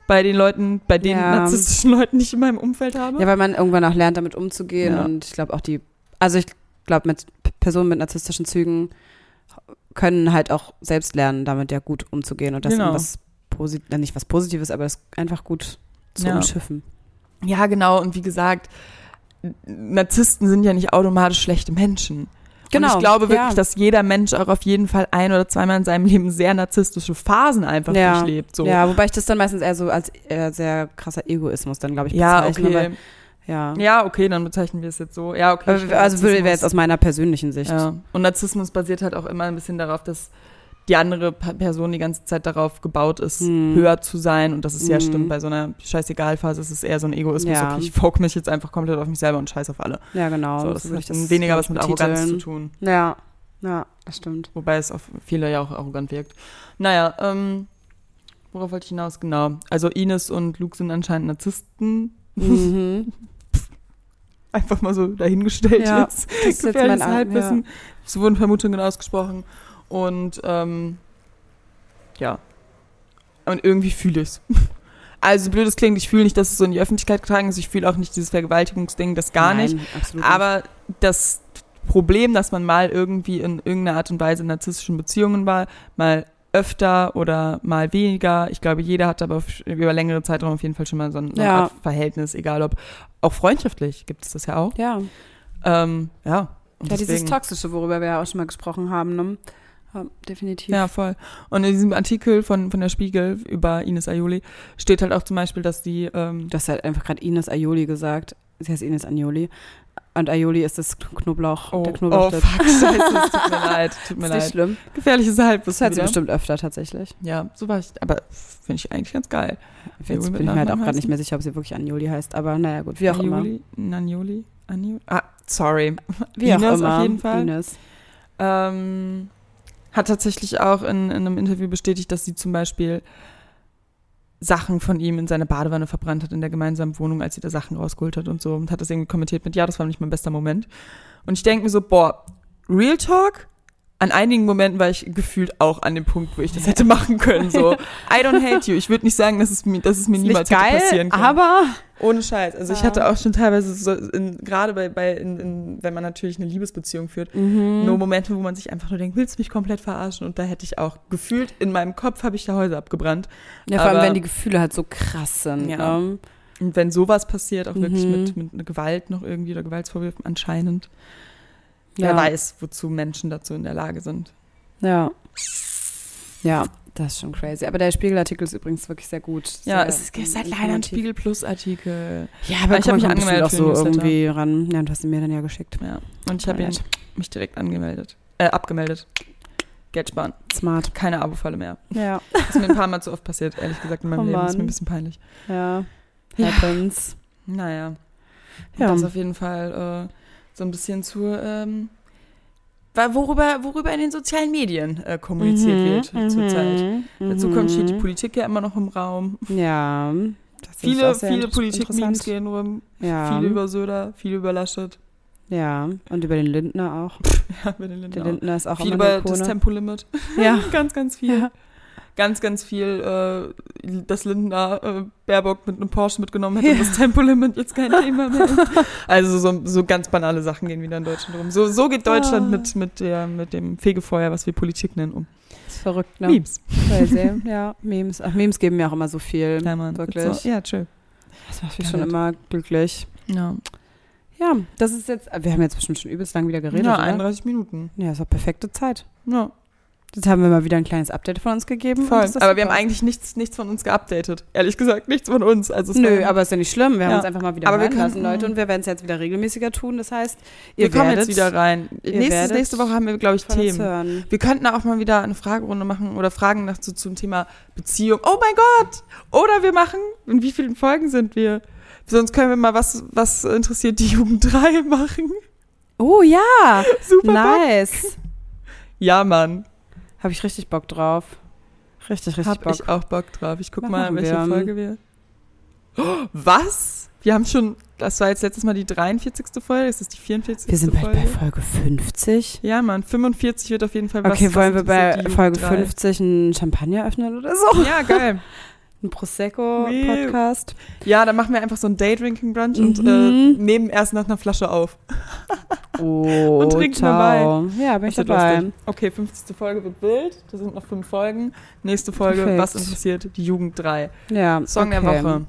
bei den Leuten, bei den Ja. narzisstischen Leuten, die ich in meinem Umfeld habe. Ja, weil man irgendwann auch lernt, damit umzugehen. Ja. Und ich glaube auch die, also ich glaube, mit P- Personen mit narzisstischen Zügen können halt auch selbst lernen, damit ja gut umzugehen und das Genau. in was Positives, nicht was Positives, aber das einfach gut zu Ja. umschiffen. Ja, genau. Und wie gesagt, Narzissten sind ja nicht automatisch schlechte Menschen. Und Genau, ich glaube wirklich, ja. dass jeder Mensch auch auf jeden Fall ein oder zweimal in seinem Leben sehr narzisstische Phasen einfach Ja. durchlebt. So. Ja, wobei ich das dann meistens eher so als eher sehr krasser Egoismus dann, glaube ich, ja bezeichne, weil- okay. ja. Ja, okay, dann bezeichnen wir es jetzt so. Ja, okay. Aber stimmt, Also würde wäre jetzt Narzissmus. aus meiner persönlichen Sicht. ja. Und Narzissmus basiert halt auch immer ein bisschen darauf, dass die andere Pa- Person die ganze Zeit darauf gebaut ist, Hm. höher zu sein. Und das ist ja Hm. stimmt, bei so einer Scheißegal-Phase ist es eher so ein Egoismus. Ja. Okay, ich fokussiere mich jetzt einfach komplett auf mich selber und scheiß auf alle. Ja, genau. so, das würde ich hat dann weniger glaub was ich, mit Arroganz zu betiteln. tun. Ja, ja, das stimmt. Wobei es auf viele ja auch arrogant wirkt. Naja, ähm, worauf wollte ich hinaus? Genau. Also Ines und Luke sind anscheinend Narzissten. Mhm. Einfach mal so dahingestellt Ja, jetzt. Das ist jetzt Gefährliches mein Ar- Halbwissen. Es wurden Vermutungen ausgesprochen. Und ähm, ja. Und irgendwie fühle ich es. Also blödes klingt, ich fühle nicht, dass es so in die Öffentlichkeit getragen ist. Ich fühle auch nicht dieses Vergewaltigungsding, das gar nicht. Nein, Absolut Aber das Problem, dass man mal irgendwie in irgendeiner Art und Weise in narzisstischen Beziehungen war, mal öfter oder mal weniger. Ich glaube, jeder hat aber auf- über längere Zeitraum auf jeden Fall schon mal so ein so eine Ja. Art Verhältnis, egal ob auch freundschaftlich gibt es das ja auch. nicht. Ja, Ähm, ja. Und ja dieses deswegen- Toxische, worüber wir ja auch schon mal gesprochen haben, ne? Ja, definitiv. Ja, voll. Und in diesem Artikel von, von der Spiegel über Ines Aioli steht halt auch zum Beispiel, dass die ähm, Du hast halt einfach gerade Ines Aioli gesagt. Sie heißt Ines Agnoli. und Aioli ist das Kn- Knoblauch. Oh, der Knoblauch oh das- fuck, scheiße, es tut mir leid, tut mir ist nicht leid. schlimm. Gefährliches Das Halbwissen hört sie wieder. bestimmt öfter tatsächlich. Ja, so war ich, aber finde ich eigentlich ganz geil. Jetzt Aioli mit bin ich mir halt auch Nachnamen gerade nicht mehr sicher, ob sie wirklich Anjoli heißt, aber naja, gut, wie auch immer. Aioli, Nanioli, Anioli, ah, sorry. Wie auch Ines auf immer. jeden Fall. Ines. Ähm, hat tatsächlich auch in, in einem Interview bestätigt, dass sie zum Beispiel Sachen von ihm in seine Badewanne verbrannt hat in der gemeinsamen Wohnung, als sie da Sachen rausgeholt hat und so und hat das irgendwie kommentiert mit, ja, das war nicht mein bester Moment. Und ich denke mir so, boah, Real Talk? An einigen Momenten war ich gefühlt auch an dem Punkt, wo ich das hätte machen können. So, I don't hate you. Ich würde nicht sagen, dass es mir, dass es mir Ist niemals nicht hätte geil, passieren können. aber Ohne Scheiß. Also ich Ja. hatte auch schon teilweise, so in, gerade bei, bei in, in, wenn man natürlich eine Liebesbeziehung führt, Mhm. nur Momente, wo man sich einfach nur denkt, willst du mich komplett verarschen? Und da hätte ich auch gefühlt, in meinem Kopf habe ich da Häuser abgebrannt. ja, vor allem, Aber- wenn die Gefühle halt so krass sind. Ja. Ne? Und wenn sowas passiert, auch wirklich Mhm. mit, mit einer Gewalt noch irgendwie oder Gewaltsvorwürfen anscheinend, wer Ja. weiß, wozu Menschen dazu in der Lage sind. Ja. Ja, das ist schon crazy. Aber der Spiegelartikel ist übrigens wirklich sehr gut. Ja, sehr, es ist, es ist halt leider ein informativ. Spiegel Plus Artikel. Ja, aber Ich ich hab mich habe mich angemeldet angemeldet auch für so den Newsletter. irgendwie ran. Ja, und du hast ihn mir dann ja geschickt. Ja. Und ich habe ihn- Alright. mich direkt angemeldet, äh, abgemeldet. Geld sparen. Smart. Keine Abo-Falle mehr. Ja, Ist mir ein paar Mal zu oft passiert, ehrlich gesagt, in meinem Oh Leben. Ist mir ein Mann. bisschen peinlich. ja. Ja. Happens. Naja. Ja. Ja. Das auf jeden Fall äh, so ein bisschen zu, ähm, wa- worüber, worüber in den sozialen Medien äh, Mhm, kommuniziert wird zurzeit. Dazu kommt, steht die Politik ja immer noch im Raum. Ja. Das Viele, auch sehr viele inter- Politik-Memes interessant. gehen rum. Ja. Viele über Söder, viele über Laschet. ja, und über den Lindner auch. Ja, über den Der Lindner. Lindner ist auch auch. Viel immer eine über das Ikone. Tempolimit. Ja. ganz, ganz viel. ja. Ganz, ganz viel, äh, dass Lindner äh, Baerbock mit einem Porsche mitgenommen hätte und das Tempolimit jetzt kein Thema mehr ist. Also so, so ganz banale Sachen gehen wieder in Deutschland rum. So, so geht Deutschland Ah. mit, mit, der, mit dem Fegefeuer, was wir Politik nennen, um. Ist verrückt, ne? Memes. Crazy. Ja, Memes. Ach, Memes geben mir auch immer so viel. Ja, Mann. Wirklich. It's So, ja, true. Das macht mich Gar schon nicht. immer glücklich. Ja, Ja, das ist jetzt, wir haben jetzt bestimmt schon ne? übelst lang wieder geredet, ja oder? 31 Minuten. Ja, das war perfekte Zeit. Ja, Jetzt haben wir mal wieder ein kleines Update von uns gegeben. und voll. das ist Aber wir haben super. eigentlich nichts, nichts von uns geupdatet. Ehrlich gesagt, nichts von uns. Also es Nö, war- aber ist ja nicht schlimm. Wir Ja. haben uns einfach mal wieder Aber wir hören lassen, können- Mhm. Leute. Und wir werden es jetzt wieder regelmäßiger tun. Das heißt, wir ihr kommen werdet jetzt wieder rein. Nächstes, werdet nächste Woche haben wir, glaube ich, von uns Themen. hören. Wir könnten auch mal wieder eine Fragerunde machen oder Fragen nach so zum Thema Beziehung. Oh mein Gott! Oder wir machen, in wie vielen Folgen sind wir? Sonst können wir mal was, was interessiert die Jugend 3 machen. Oh ja, Super. Bock. nice. Ja, Mann. Habe ich richtig Bock drauf. Richtig, richtig Hab Bock. ich auch Bock drauf. Ich guck Was mal, machen welche wir? Folge wir. Oh, was? Wir haben schon, das war jetzt letztes Mal die 43. Folge, ist das die 44. Wir sind bald Folge? bei Folge 50. Ja, Mann, 45 wird auf jeden Fall was. Okay, wollen wir was interessiert bei die Folge Jugend 50 einen Champagner öffnen oder so? drei? Ja, geil. Ein Nee. Prosecco-Podcast. Ja, dann machen wir einfach so ein Day-Drinking-Brunch und Mhm. äh, nehmen erst nach einer Flasche auf. Oh, Und trinken ciao. Ja, bin ich Das wird dabei. lustig. Okay, 50. Folge wird wild. Da sind noch fünf Folgen. Nächste Folge, Perfekt. was interessiert die Jugend 3? Ja, Song okay. der Woche.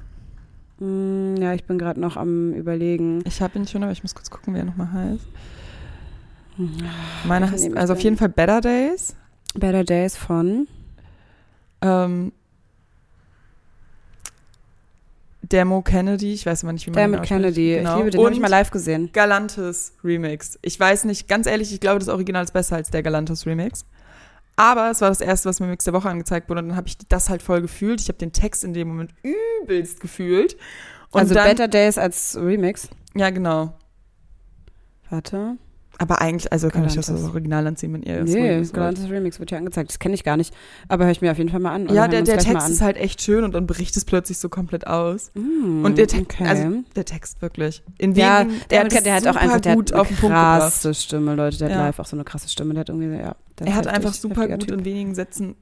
Mm, Ja, ich bin gerade noch am überlegen. Ich habe ihn schon, aber ich muss kurz gucken, wer nochmal heißt. Meine Ich heißt, nehme also ich auf jeden Fall Better Days. Better Days von. Ähm, Demo Kennedy, ich weiß immer nicht, wie man Dermot den ausspricht. Kennedy. Genau. Ich liebe den. Und Habe ich mal live gesehen. Galantis Remix. Ich weiß nicht, ganz ehrlich, ich glaube, das Original ist besser als der Galantis Remix. Aber es war das erste, was mir im Mix der Woche angezeigt wurde und dann habe ich das halt voll gefühlt. Ich habe den Text in dem Moment übelst gefühlt. Und also dann, Better Days als Remix. Ja, genau. Warte. Aber eigentlich, also kann ich das Galantis. als Original anziehen, wenn ihr das nee, Remix wollt. Galantis Remix wird ja angezeigt. Das kenne ich gar nicht. Aber höre ich mir auf jeden Fall mal an. und Ja, hören der, wir der uns gleich mal Text ist halt echt schön und dann bricht es plötzlich so komplett aus. an. Mm, und der Text- Okay. also- Der Text wirklich. In ja, wenigen- der, hat der, es hat auch super einfach der gut hat eine auf den Punkt gebracht. krasse Stimme, Leute. Der hat Ja. live auch so eine krasse Stimme. Der hat irgendwie, ja. der Er ist hat heftig, einfach super heftiger gut Typ. in wenigen Sätzen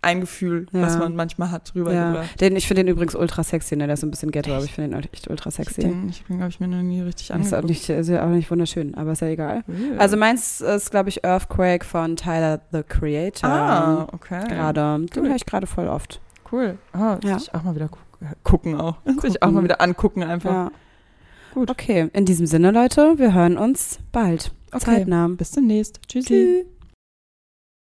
ein Gefühl, Ja. was man manchmal hat, Ja. rübergebracht. Den, ich finde den übrigens ultra sexy, ne? Der ist so ein bisschen ghetto, aber Echt? ich finde den halt echt ultra Ich hab sexy. den, ich bin, glaube ich, mir noch nie richtig Ist auch, angeguckt. nicht, ist ja auch nicht wunderschön, aber ist ja egal. Weird. Also meins ist, glaube ich, Earthquake von Tyler the Creator. ah, okay. Gerade. Den Cool. höre ich gerade voll oft. Cool. Ah, das Ja. will ich auch mal wieder gu- äh, gucken auch. Das will ich auch mal wieder angucken einfach. Ja. Gut. Okay, in diesem Sinne, Leute, wir hören uns bald. Okay. Zeitnah. Bis demnächst. Tschüssi. Tschüss.